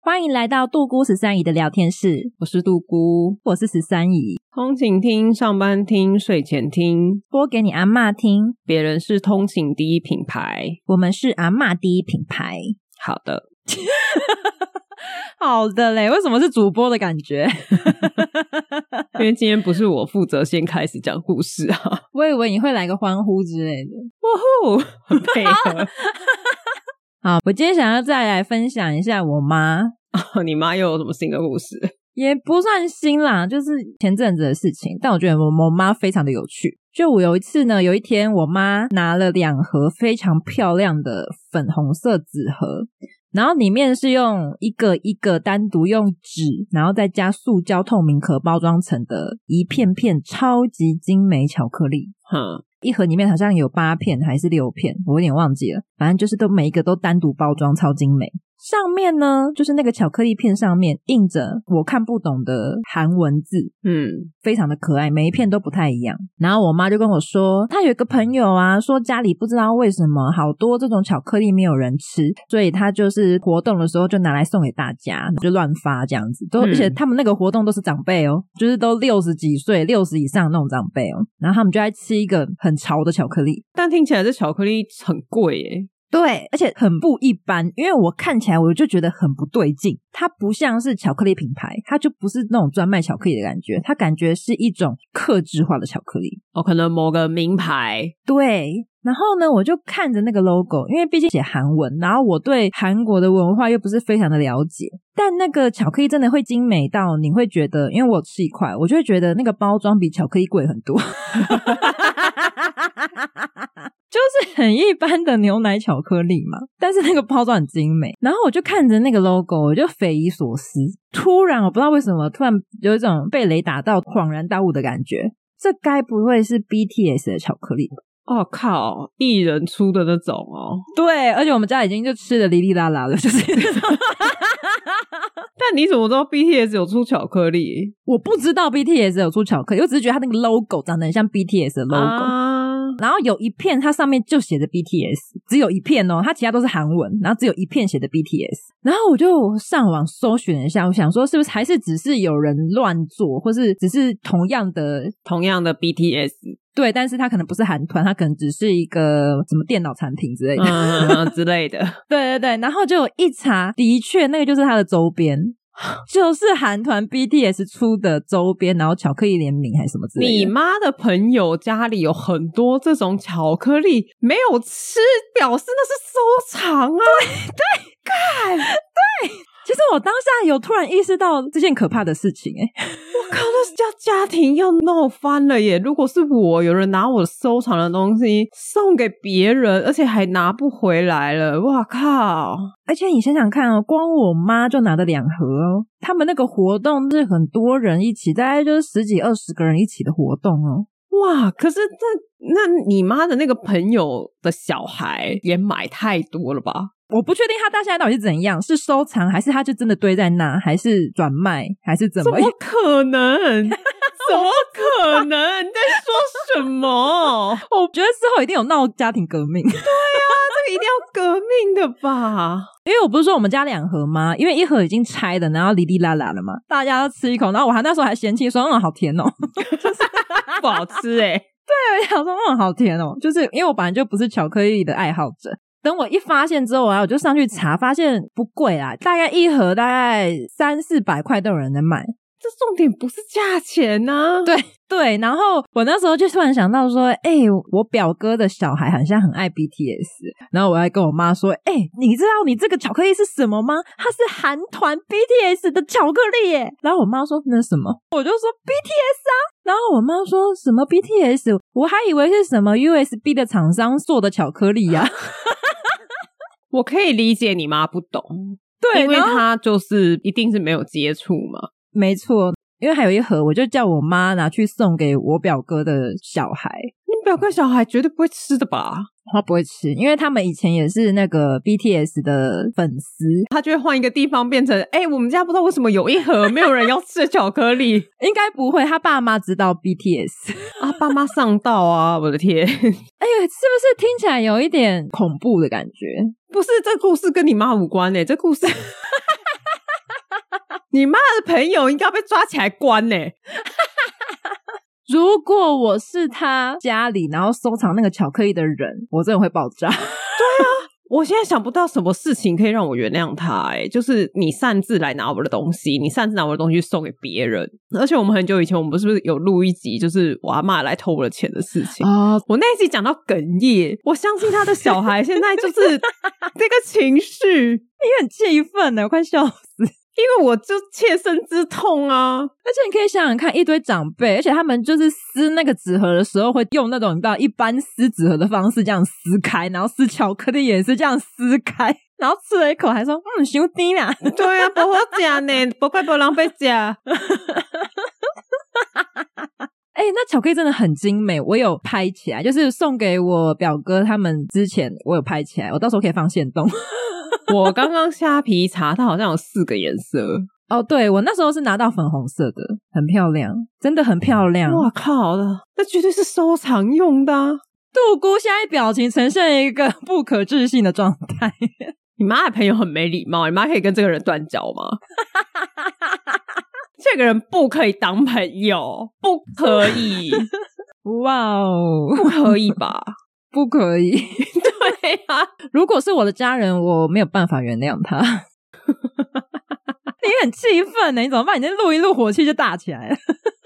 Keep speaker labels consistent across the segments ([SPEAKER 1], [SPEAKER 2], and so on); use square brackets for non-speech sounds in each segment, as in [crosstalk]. [SPEAKER 1] 欢迎来到杜姑十三姨的聊天室，我是杜姑，我是十三姨，
[SPEAKER 2] 通勤听、上班听、睡前听，
[SPEAKER 1] 播给你阿嬷听。
[SPEAKER 2] 别人是通勤第一品牌。
[SPEAKER 1] 我们是阿嬷第一品牌，
[SPEAKER 2] 好的，
[SPEAKER 1] 好的嘞，为什么是主播的感觉？
[SPEAKER 2] 因为今天不是我负责先开始讲故事啊，
[SPEAKER 1] [laughs] 我以为你会来个欢呼之类的。
[SPEAKER 2] 哇呼，很配合。
[SPEAKER 1] 好，我今天想要再来分享一下我妈，
[SPEAKER 2] 哦你妈又有什么新的故事？
[SPEAKER 1] 也不算新啦，就是前阵子的事情。但我觉得我我妈非常的有趣。就我有一次呢，有一天我妈拿了两盒非常漂亮的粉红色纸盒，然后里面是用一个一个单独用纸，然后再加塑胶透明壳包装成的一片片超级精美巧克力。
[SPEAKER 2] 哼，
[SPEAKER 1] 一盒里面好像有八片还是六片，我有点忘记了。反正就是都每一个都单独包装，超精美。上面呢，就是那个巧克力片上面印着我看不懂的韩文字，
[SPEAKER 2] 嗯，
[SPEAKER 1] 非常的可爱，每一片都不太一样。然后我妈就跟我说，她有一个朋友啊，说家里不知道为什么好多这种巧克力没有人吃，所以她就是活动的时候就拿来送给大家，就乱发这样子。都
[SPEAKER 2] 嗯
[SPEAKER 1] 而且他们那个活动都是长辈哦，就是都六十几岁、六十以上那种长辈哦，然后他们就在吃一个很潮的巧克力。
[SPEAKER 2] 但听起来这巧克力很贵耶。
[SPEAKER 1] 对，而且很不一般，因为我看起来我就觉得很不对劲。它不像是巧克力品牌，它就不是那种专卖巧克力的感觉，它感觉是一种克制化的巧克力。
[SPEAKER 2] 哦，可能某个名牌，
[SPEAKER 1] 对，然后呢，我就看着那个 logo，因为毕竟写韩文，然后我对韩国的文化又不是非常的了解。但那个巧克力真的会精美到你会觉得，因为我吃一块，我就会觉得那个包装比巧克力贵很多， [laughs] 就是很一般的牛奶巧克力嘛。但是那个包装很精美，然后我就看着那个 logo，我就匪夷所思。突然，我不知道为什么，突然有一种被雷打到恍然大悟的感觉。这该不会是 BTS 的巧克力吧？
[SPEAKER 2] 哦靠，艺人出的那种哦。
[SPEAKER 1] 对，而且我们家已经就吃的哩哩啦啦了，就是 [laughs]
[SPEAKER 2] 但你怎么知道 BTS 有出巧克力
[SPEAKER 1] 我不知道 BTS 有出巧克力，我只是觉得它那个 logo 长得很像 BTS 的 logo，、
[SPEAKER 2] 啊？
[SPEAKER 1] 然后有一片它上面就写着 BTS，只有一片哦，它其他都是韩文，然后只有一片写的 BTS，然后我就上网搜寻了一下，我想说是不是还是只是有人乱做，或是只是同样的
[SPEAKER 2] 同样的 BTS，
[SPEAKER 1] 对，但是它可能不是韩团，它可能只是一个什么电脑产品之类的，
[SPEAKER 2] 嗯之类的，
[SPEAKER 1] 对对对，然后就一查，的确那个就是它的周边， [laughs] 就是韩团 BTS 出的周边，然后巧克力联名还是什么之类
[SPEAKER 2] 你
[SPEAKER 1] 的。
[SPEAKER 2] 妈的朋友家里有很多这种巧克力没有吃，表示那是收藏啊！
[SPEAKER 1] 其实我当下有突然意识到这件可怕的事情、哎，
[SPEAKER 2] 我靠，那家家庭要闹翻了耶！如果是我，有人拿我收藏的东西送给别人，而且还拿不回来了，哇靠！
[SPEAKER 1] 而且你想想看哦，光我妈就拿了两盒哦，他们那个活动是很多人一起，大概就是十几二十个人一起的活动哦。
[SPEAKER 2] 哇，可是那那你妈的那个朋友的小孩也买太多了吧？
[SPEAKER 1] 我不确定他到现在到底是怎样，是收藏还是他就真的堆在那，还是转卖，还是怎
[SPEAKER 2] 怎
[SPEAKER 1] 么
[SPEAKER 2] 么可能？怎么可能？你在说什么？
[SPEAKER 1] [laughs] 我觉得之后一定有闹家庭革命。
[SPEAKER 2] 这个一定要革命的
[SPEAKER 1] [laughs]
[SPEAKER 2] 吧？
[SPEAKER 1] 因为我不是说我们家两盒吗？因为一盒已经拆了，然后哩哩啦啦了嘛，大家都吃一口，然后我还那时候还嫌弃说，嗯，好甜哦， [laughs]
[SPEAKER 2] 不好吃哎、
[SPEAKER 1] 对，想说，嗯，好甜哦，就是因为我本来就不是巧克力的爱好者。等我一发现之后啊，我就啊上去查，发现不贵啦，大概一盒大概三四百块都有人能买。
[SPEAKER 2] 这重点不是价钱啊呐、
[SPEAKER 1] 对对，然后我那时候就突然想到说，哎、我表哥的小孩好像很爱 BTS，然后我还跟我妈说，哎、你知道你这个巧克力是什么吗？它是韩团 BTS 的巧克力耶。然后我妈说那什么，我就说 BTS 啊。然后我妈说什么 BTS，我还以为是什么 USB 的厂商做的巧克力呀、 [laughs]
[SPEAKER 2] 我可以理解你妈不懂，
[SPEAKER 1] 对，
[SPEAKER 2] 因为
[SPEAKER 1] 然后
[SPEAKER 2] 她就是一定是没有接触嘛。
[SPEAKER 1] 没错，因为还有一盒，我就叫我妈拿去送给我表哥的小孩。
[SPEAKER 2] 你表哥小孩绝对不会吃的吧？
[SPEAKER 1] 他不会吃，因为他们以前也是那个 BTS 的粉丝，
[SPEAKER 2] 他就会换一个地方变成，哎、我们家不知道为什么有一盒没有人要吃的巧克力 [laughs]
[SPEAKER 1] 应该不会。他爸妈知道 BTS，
[SPEAKER 2] 啊！爸妈上道啊！我的
[SPEAKER 1] [laughs] 哎呀，
[SPEAKER 2] 天，[laughs]
[SPEAKER 1] 是不是听起来有一点恐怖的感觉？
[SPEAKER 2] 不是这故事跟你妈无关呢、欸这
[SPEAKER 1] [laughs]
[SPEAKER 2] 故事你妈的朋友应该被抓起来关欸呢、
[SPEAKER 1] 如果我是他家里然后收藏那个巧克力的人，我真的会爆炸。
[SPEAKER 2] 我现在想不到什么事情可以让我原谅他、哎，就是你擅自来拿我的东西，你擅自拿我的东西送给别人，而且我们很久以前，我们不是有录一集，就是我阿妈来偷我的钱的事情。
[SPEAKER 1] 哦，
[SPEAKER 2] 我那一集讲到哽咽，我相信他的小孩现在就是 [laughs] 这个情绪，
[SPEAKER 1] 你很气愤呢，我快笑死。
[SPEAKER 2] 因为我就切身之痛啊！
[SPEAKER 1] 而且你可以想想看，一堆长辈，而且他们就是撕那个纸盒的时候，会用那种你知道一般撕纸盒的方式这样撕开，然后撕巧克力也是这样撕开，然后吃了一口还说嗯，兄弟啦。
[SPEAKER 2] 对啊，不好讲呢，不怪不浪费讲。
[SPEAKER 1] 哎、那巧克力真的很精美，我有拍起来，就是送给我表哥他们之前，我有拍起来，我到时候可以放现动。 [laughs]
[SPEAKER 2] 我刚刚虾皮查，它好像有四个颜色。
[SPEAKER 1] 哦，对我那时候是拿到粉红色的，很漂亮，真的很漂亮。
[SPEAKER 2] 哇靠的，那绝对是收藏用的、啊。
[SPEAKER 1] 杜姑现在表情呈现一个不可置信的状态。 [laughs]
[SPEAKER 2] 你妈的朋友很没礼貌，你妈可以跟这个人断交吗？ [laughs] 这个人不可以当朋友，不可以，
[SPEAKER 1] 哇哦，
[SPEAKER 2] 不可以吧？
[SPEAKER 1] 不可以！
[SPEAKER 2] 对呀、啊，
[SPEAKER 1] 如果是我的家人，我没有办法原谅他。 [laughs] 你很气愤呢，你怎么办？你这录一录，火气就大起来了。 [laughs]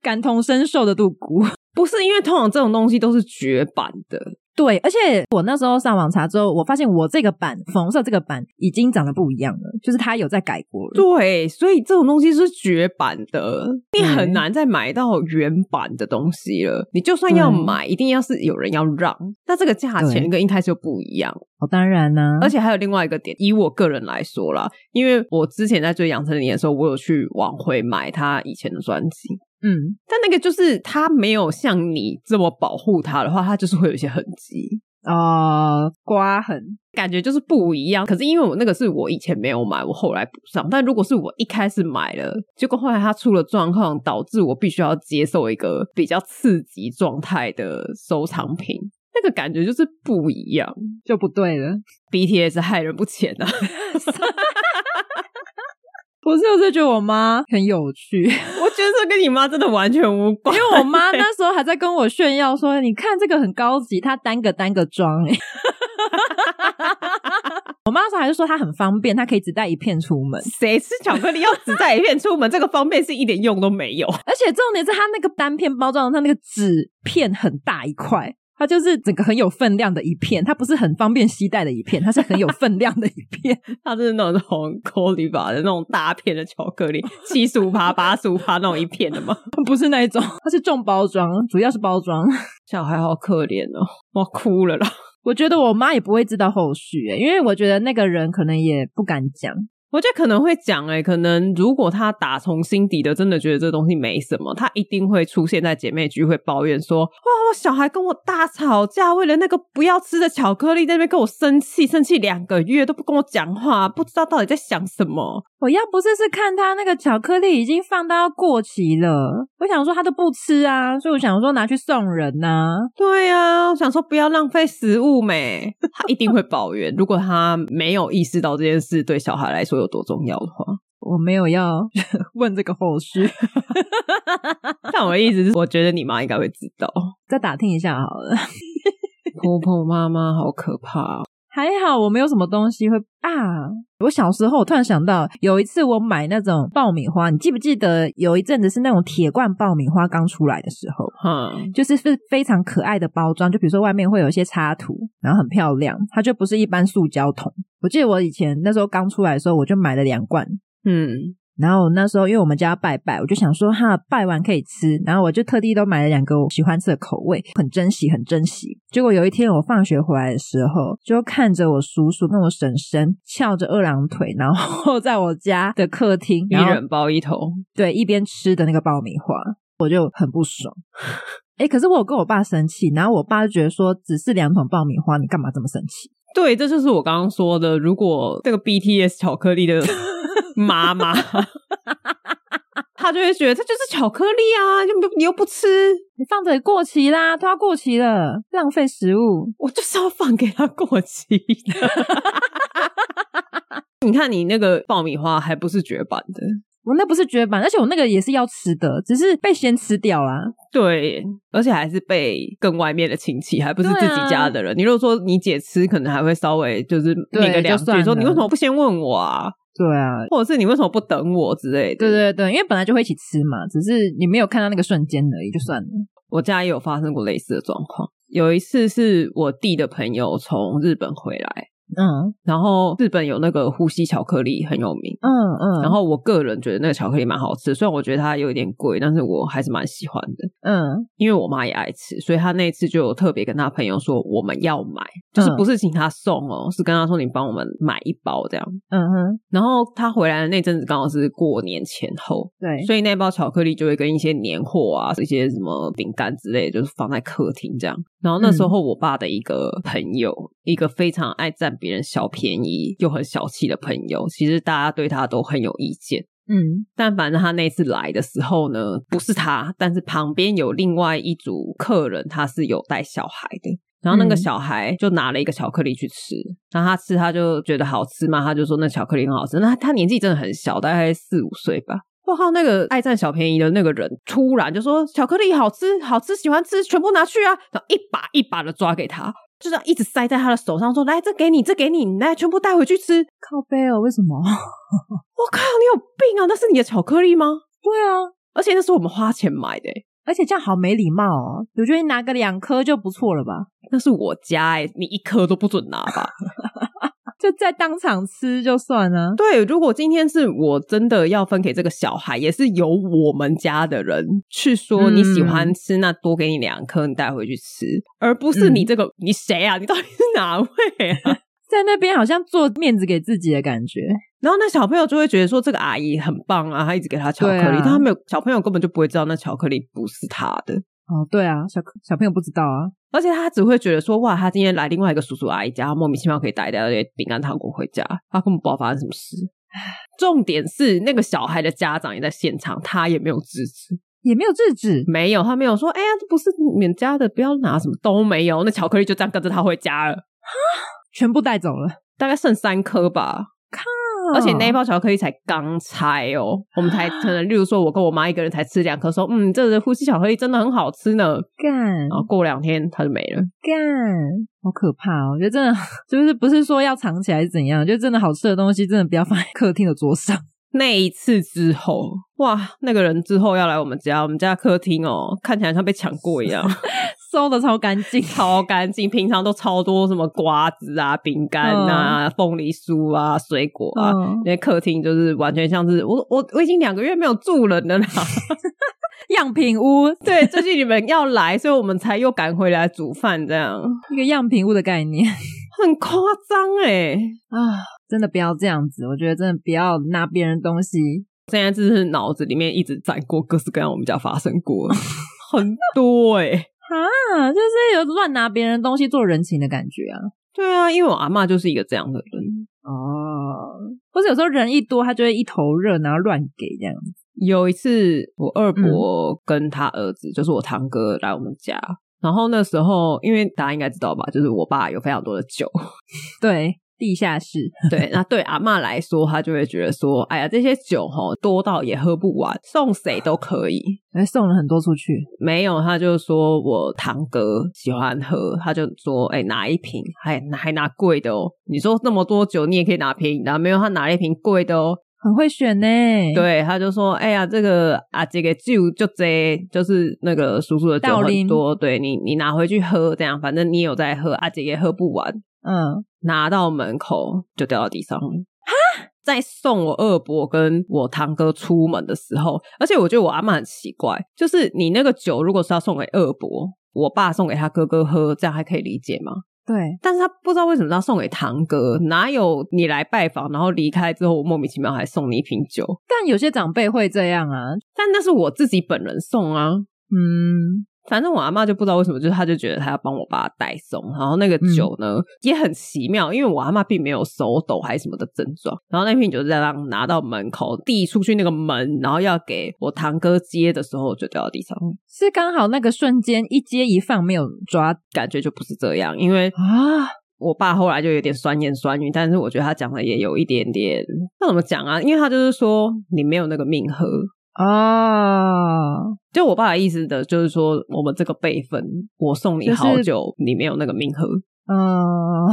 [SPEAKER 1] 感同身受的杜姑。
[SPEAKER 2] 不是因为通常这种东西都是绝版的，
[SPEAKER 1] 对，而且我那时候上网查之后，我发现我这个版粉红色这个版已经长得不一样了，就是它有在改过了。
[SPEAKER 2] 对，所以这种东西是绝版的，你
[SPEAKER 1] 嗯
[SPEAKER 2] 很难再买到原版的东西了。你就算要
[SPEAKER 1] 对
[SPEAKER 2] 买，一定要是有人要让，那这个价钱
[SPEAKER 1] 对
[SPEAKER 2] 跟一开始就不一样。
[SPEAKER 1] 哦，当然呢、
[SPEAKER 2] 而且还有另外一个点，以我个人来说啦，因为我之前在追杨丞琳的时候，我有去往回买她以前的专辑，
[SPEAKER 1] 嗯，
[SPEAKER 2] 但那个就是她没有像你这么保护她的话，她就是会有一些痕迹。
[SPEAKER 1] 哦，刮痕，
[SPEAKER 2] 感觉就是不一样。可是因为我那个是我以前没有买，我后来补上。但如果是我一开始买了，结果后来它出了状况，导致我必须要接受一个比较刺激状态的收藏品，那个感觉就是不一样。
[SPEAKER 1] 就不对了。
[SPEAKER 2] BTS 害人不浅啊！
[SPEAKER 1] 不是，我就觉得我妈很有 [laughs] 趣。
[SPEAKER 2] 我觉得这跟你妈真的完全无关，
[SPEAKER 1] 因为我妈那时候还在跟我炫耀说：“你看这个很高级，它单个单个装。”哎，我妈那时候还是说它很方便，它可以只带一片出门，
[SPEAKER 2] 谁吃巧克力要只带一片出门，这个方便是一点用都没有。
[SPEAKER 1] 而且重点是它那个单片包装，它那个纸片很大一块。它就是整个很有分量的一片，它不是很方便携带的一片，它是很有分量的一片。
[SPEAKER 2] 它就是那种红 c o l i 的那种大片的巧克力，七十五趴、八十五趴那种一片的吗？
[SPEAKER 1] 不是那一种，它是重包装，主要是包装。
[SPEAKER 2] 小孩好可怜哦，我哭了啦！
[SPEAKER 1] 我觉得我妈也不会知道后续、欸，因为我觉得那个人可能也不敢讲。
[SPEAKER 2] 我觉得可能会讲哎、可能如果他打从心底的真的觉得这东西没什么，他一定会出现在姐妹聚会抱怨说：“哇，我小孩跟我大吵架，为了那个不要吃的巧克力在那边跟我生气，生气两个月都不跟我讲话，不知道到底在想什么。
[SPEAKER 1] 我要不是是看他那个巧克力已经放到要过期了，我想说他都不吃啊，所以我想说拿去送人呐、”
[SPEAKER 2] 对啊，我想说不要浪费食物没，他一定会抱怨。如果他没有意识到这件事对小孩来说有多重要的话，
[SPEAKER 1] 我没有要 [laughs] 问这个后续，
[SPEAKER 2] 但我的意思是，我觉得你妈应该会知道。 [laughs]
[SPEAKER 1] 再打听一下好了。
[SPEAKER 2] 婆婆妈妈好可怕哦、
[SPEAKER 1] 还好我没有什么东西会啊。我小时候我突然想到，有一次我买那种爆米花，你记不记得有一阵子是那种铁罐爆米花刚出来的时候？
[SPEAKER 2] 哼，
[SPEAKER 1] 就是是非常可爱的包装，就比如说外面会有一些插图，然后很漂亮，它就不是一般塑胶桶。我记得我以前那时候刚出来的时候，我就买了两罐，
[SPEAKER 2] 嗯，
[SPEAKER 1] 然后那时候因为我们家要拜拜，我就想说哈，拜完可以吃，然后我就特地都买了两个我喜欢吃的口味，很珍惜，很珍惜。结果有一天我放学回来的时候，就看着我叔叔跟我婶婶翘着二郎腿，然后 [laughs] 在我家的客厅，
[SPEAKER 2] 一
[SPEAKER 1] 然后
[SPEAKER 2] 人包一头，
[SPEAKER 1] 对一边吃的那个爆米花，我就很不爽。哎，可是我有跟我爸生气，然后我爸就觉得说，只是两桶爆米花，你干嘛这么生气？
[SPEAKER 2] 对，这就是我刚刚说的。如果这个 BTS 巧克力的
[SPEAKER 1] [laughs]
[SPEAKER 2] 妈妈，她就会觉得这就是巧克力啊，又没你又不吃，
[SPEAKER 1] 你放着也过期啦，都要过期了，浪费食物。
[SPEAKER 2] 我就是要放给它过期的。 [laughs] 你看你那个爆米花还不是绝版的，
[SPEAKER 1] 我那不是绝版，而且我那个也是要吃的，只是被先吃掉啦。
[SPEAKER 2] 对，而且还是被更外面的亲戚，还不是自
[SPEAKER 1] 啊
[SPEAKER 2] 己家的人。你如果说你姐吃，可能还会稍微就是
[SPEAKER 1] 对
[SPEAKER 2] 念个两
[SPEAKER 1] 就
[SPEAKER 2] 句
[SPEAKER 1] 算，了
[SPEAKER 2] 说你为什么不先问我啊，
[SPEAKER 1] 对啊，
[SPEAKER 2] 或者是你为什么不等我之类的。
[SPEAKER 1] 对对对，因为本来就会一起吃嘛，只是你没有看到那个瞬间而已，就算了。
[SPEAKER 2] 我家也有发生过类似的状况。有一次是我弟的朋友从日本回来，
[SPEAKER 1] 嗯
[SPEAKER 2] 然后日本有那个呼吸巧克力很有名，
[SPEAKER 1] 嗯嗯，
[SPEAKER 2] 然后我个人觉得那个巧克力蛮好吃，虽然我觉得它有一点贵，但是我还是蛮喜欢的。
[SPEAKER 1] 嗯
[SPEAKER 2] 因为我妈也爱吃，所以她那一次就有特别跟她朋友说我们要买，就是不是请她送哦，是跟她说你帮我们买一包这样。
[SPEAKER 1] 嗯哼，
[SPEAKER 2] 然后她回来的那阵子刚好是过年前后，
[SPEAKER 1] 对，
[SPEAKER 2] 所以那包巧克力就会跟一些年货啊、一些什么饼干之类的，就是放在客厅这样。然后那时候我爸的一个朋友，一个非常爱占别人小便宜又很小气的朋友，其实大家对他都很有意见。
[SPEAKER 1] 嗯
[SPEAKER 2] 但反正他那次来的时候呢，不是他，但是旁边有另外一组客人，他是有带小孩的。然后那个
[SPEAKER 1] 嗯
[SPEAKER 2] 小孩就拿了一个巧克力去吃，然后他吃他就觉得好吃嘛，他就说那巧克力很好吃。那他他年纪真的很小，大概四五岁吧。我靠，那个爱占小便宜的那个人突然就说巧克力好吃，好吃，喜欢吃，全部拿去啊！然后一把一把的抓给他，就这样一直塞在他的手上，说来这给你，这给你，你来全部带回去吃。
[SPEAKER 1] 靠背哦，为什么？ [laughs]
[SPEAKER 2] 我靠，你有病啊！那是你的巧克力吗？
[SPEAKER 1] 对啊，
[SPEAKER 2] 而且那是我们花钱买的欸、
[SPEAKER 1] 而且这样好没礼貌哦。我觉得你拿个两颗就不错了吧，
[SPEAKER 2] 那是我家哎、你一颗都不准拿吧？ [laughs]
[SPEAKER 1] 就在当场吃就算了。
[SPEAKER 2] 对，如果今天是我真的要分给这个小孩，也是由我们家的人去说
[SPEAKER 1] 嗯
[SPEAKER 2] 你喜欢吃，那多给你两颗，你带回去吃，而不是
[SPEAKER 1] 嗯
[SPEAKER 2] 你这个、你谁啊？你到底是哪位 [laughs] 啊？
[SPEAKER 1] 在那边好像做面子给自己的感觉，
[SPEAKER 2] 然后那小朋友就会觉得说这个阿姨很棒啊，她一直给他巧克力，
[SPEAKER 1] 对啊
[SPEAKER 2] 但他没有小朋友根本就不会知道那巧克力不是他的。
[SPEAKER 1] 哦，对啊，小小朋友不知道啊，
[SPEAKER 2] 而且他只会觉得说，哇，他今天来另外一个叔叔阿姨家，他莫名其妙可以带一袋饼干糖果回家，他根本不知道发生什么事。重点是那个小孩的家长也在现场，他也没有制止，
[SPEAKER 1] 也没有制止，
[SPEAKER 2] 没有，他没有说，哎呀，这不是你们家的，不要拿什么都没有，那巧克力就这样跟着他回家了，
[SPEAKER 1] 全部带走了。哦
[SPEAKER 2] 大概剩三颗吧，而且那一包巧克力才刚拆哦，我们才可能，例如说我跟我妈一个人才吃两颗，说，嗯，这个呼吸巧克力真的很好吃呢，
[SPEAKER 1] 干
[SPEAKER 2] 然后过两天它就没了。
[SPEAKER 1] 干，好可怕哦！我觉得真的 [laughs] 就是不是说要藏起来是怎样，就真的好吃的东西真的不要放在客厅的桌上。
[SPEAKER 2] 那一次之后，哇，那个人之后要来我们家，我们家客厅哦，看起来像被抢过一样，
[SPEAKER 1] 收的超干
[SPEAKER 2] [laughs]
[SPEAKER 1] 净，
[SPEAKER 2] 超干净。平常都超多什么瓜子啊、饼干啊、凤梨酥啊、水果啊，
[SPEAKER 1] 嗯，
[SPEAKER 2] 那客厅就是完全像是我我我已经两个月没有住人了啦。
[SPEAKER 1] 样品屋
[SPEAKER 2] 对，最近你们要来，所以我们才又赶回来煮饭，这样
[SPEAKER 1] 一个样品屋的概念
[SPEAKER 2] 很夸张哎。
[SPEAKER 1] 啊，真的不要这样子，我觉得真的不要拿别人东西。
[SPEAKER 2] 现在就是脑子里面一直闪过各式各样我们家发生过很多哎、
[SPEAKER 1] 啊，就是有乱拿别人东西做人情的感觉啊！
[SPEAKER 2] 对啊，因为我阿嬷就是一个这样的人，
[SPEAKER 1] 哦，或者有时候人一多，他就会一头热，然后乱给这样子。
[SPEAKER 2] 有一次，我二伯跟他儿子，就是我堂哥来我们家，然后那时候因为大家应该知道吧，就是我爸有非常多的酒，
[SPEAKER 1] 对，地下室， [laughs]
[SPEAKER 2] 对，那对阿嬷来说，她就会觉得说，哎呀，这些酒吼多到也喝不完，送谁都可以。
[SPEAKER 1] 哎，送了很多出去，
[SPEAKER 2] 没有，他就说我堂哥喜欢喝，他就说，哎、拿一瓶，还还拿贵的哦。你说那么多酒，你也可以拿便宜的啊，没有，他拿了一瓶贵的哦。
[SPEAKER 1] 很会选呢。，
[SPEAKER 2] 对，他就说，哎呀，这个啊，这个酒就这，就是那个叔叔的酒
[SPEAKER 1] 道林
[SPEAKER 2] 很多，对你，你拿回去喝，这样，反正你有在喝，啊，姐也喝不完，
[SPEAKER 1] 嗯，
[SPEAKER 2] 拿到门口就掉到地上了。在送我二伯跟我堂哥出门的时候，而且我觉得我阿嬷很奇怪，就是你那个酒如果是要送给二伯，我爸送给他哥哥喝，这样还可以理解吗？
[SPEAKER 1] 对，
[SPEAKER 2] 但是他不知道为什么要送给堂哥，哪有你来拜访然后离开之后，我莫名其妙还送你一瓶酒？
[SPEAKER 1] 但有些长辈会这样啊，
[SPEAKER 2] 但那是我自己本人送啊，
[SPEAKER 1] 嗯，
[SPEAKER 2] 反正我阿妈就不知道为什么，就是她就觉得她要帮我爸代送，然后那个酒呢、也很奇妙，因为我阿妈并没有手抖还是什么的症状，然后那瓶酒就在让拿到门口递出去那个门，然后要给我堂哥接的时候就掉到地上，
[SPEAKER 1] 是刚好那个瞬间一接一放没有抓
[SPEAKER 2] 感觉就不是这样，因为
[SPEAKER 1] 啊，
[SPEAKER 2] 我爸后来就有点酸言酸语，但是我觉得他讲的也有一点点，那怎么讲啊？因为他就是说你没有那个命喝，
[SPEAKER 1] 哦，
[SPEAKER 2] 就我爸的意思的就是说我们这个辈分，我送你好
[SPEAKER 1] 就是
[SPEAKER 2] 酒，你没有那个命喝。
[SPEAKER 1] 嗯，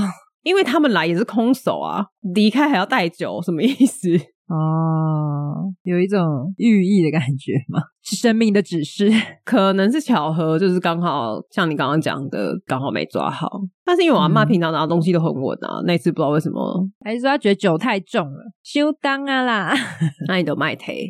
[SPEAKER 2] 因为他们来也是空手啊，离开还要带酒，什么意思？ [laughs]
[SPEAKER 1] 哦，啊有一种寓意的感觉吗？是生命的指示，
[SPEAKER 2] 可能是巧合，就是刚好像你刚刚讲的，刚好没抓好。但是因为我阿妈
[SPEAKER 1] 嗯
[SPEAKER 2] 平常拿的东西都很稳啊，那一次不知道为什么，
[SPEAKER 1] 还是说他觉得酒太重了，休当啊啦， [laughs]
[SPEAKER 2] 那你都卖赔。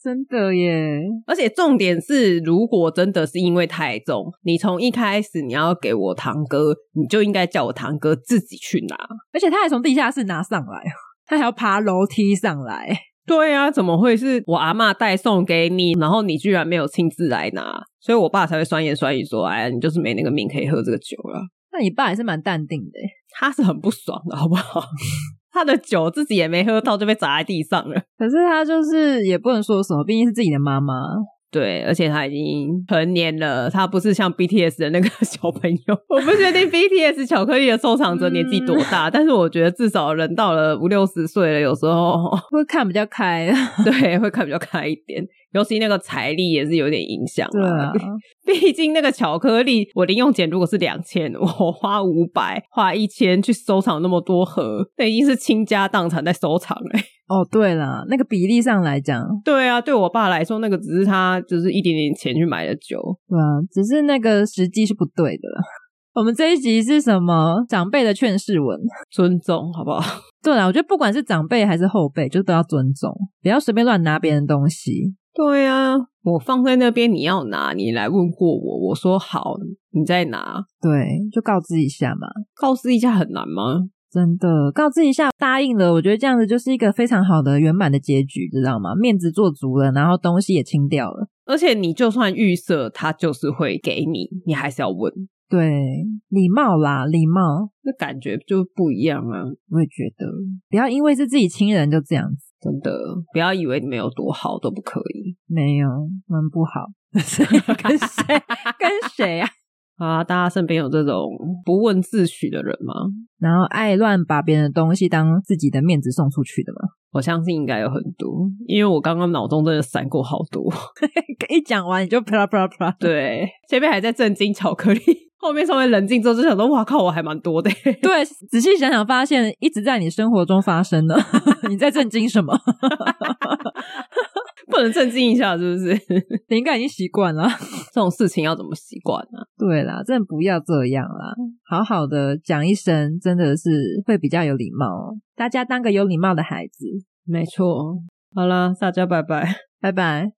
[SPEAKER 1] 真的耶，
[SPEAKER 2] 而且重点是，如果真的是因为太重，你从一开始你要给我堂哥，你就应该叫我堂哥自己去拿。
[SPEAKER 1] 而且他还从地下室拿上来，哦他还要爬楼梯上来，
[SPEAKER 2] 对啊，怎么会是我阿嬷代送给你，然后你居然没有亲自来拿？所以我爸才会酸言酸语说：“哎呀，你就是没那个命可以喝这个酒了。”
[SPEAKER 1] 那你爸也是蛮淡定的耶，
[SPEAKER 2] 他是很不爽的，好不好？ [laughs] 他的酒自己也没喝到，就被砸在地上了。
[SPEAKER 1] 可是他就是也不能说什么，毕竟是自己的妈妈，
[SPEAKER 2] 对，而且他已经成年了，他不是像 BTS 的那个小朋友。 [laughs] 我不确定 BTS 巧克力的收藏者年纪多
[SPEAKER 1] [laughs]
[SPEAKER 2] 大，但是我觉得至少人到了五六十岁了，有时候 [laughs]
[SPEAKER 1] 会看比较开，
[SPEAKER 2] 对会看比较开一点，尤其那个财力也是有点影响。
[SPEAKER 1] 对
[SPEAKER 2] [laughs]
[SPEAKER 1] 啊，
[SPEAKER 2] 毕竟那个巧克力，我零用钱如果是两千，我花五百，花一千去收藏那么多盒，那已经是倾家荡产在收藏了。 [laughs]
[SPEAKER 1] 哦对啦，那个比例上来讲，
[SPEAKER 2] 对啊，对我爸来说，那个只是他就是一点点钱去买的酒。
[SPEAKER 1] 对啊，只是那个时机是不对的啦。我们这一集是什么？长辈的劝世文。
[SPEAKER 2] 尊重好不好？ [laughs]
[SPEAKER 1] 对啦，我觉得不管是长辈还是后辈，就都要尊重，不要随便乱拿别人东西。
[SPEAKER 2] 对啊，我放在那边，你要拿，你来问过我，我说好，你再拿，
[SPEAKER 1] 对，就告知一下嘛。
[SPEAKER 2] 告知一下很难吗？
[SPEAKER 1] 真的告知一下，答应了，我觉得这样子就是一个非常好的圆满的结局，知道吗？面子做足了，然后东西也清掉了。
[SPEAKER 2] 而且你就算预设他就是会给你，你还是要问，
[SPEAKER 1] 对，礼貌啦，礼貌，
[SPEAKER 2] 那感觉就不一样啊！
[SPEAKER 1] 我也觉得不要因为是自己亲人就这样子，
[SPEAKER 2] 真的，不要以为你们有多好都不可以。
[SPEAKER 1] 没有，蛮不好。 [laughs] 谁跟 [laughs] 谁跟谁啊？
[SPEAKER 2] 啊，大家身边有这种不问自许的人吗？
[SPEAKER 1] 然后爱乱把别人的东西当自己的面子送出去的嘛。
[SPEAKER 2] 我相信应该有很多，因为我刚刚脑中真的闪过好多。
[SPEAKER 1] [laughs]
[SPEAKER 2] [laughs]
[SPEAKER 1] 一讲完你就啪啦啪啦啪啦。
[SPEAKER 2] 对，前面还在震惊巧克力， [laughs] 后面稍微冷静之后就想说，哇靠，我还蛮多的。欸
[SPEAKER 1] 对，仔细想想，发现一直在你生活中发 [laughs] 生的。你在震惊 [laughs] 什么？
[SPEAKER 2] [laughs] 不能震惊一下，是不是？ [laughs] 这
[SPEAKER 1] 你应该已经习惯了。
[SPEAKER 2] 种事情要怎么习惯啊呢？
[SPEAKER 1] 对啦，真的不要这样啦，好好的讲一声，真的是会比较有礼貌哦。大家当个有礼貌的孩子，
[SPEAKER 2] 没错，好啦，大家拜拜。
[SPEAKER 1] 拜拜。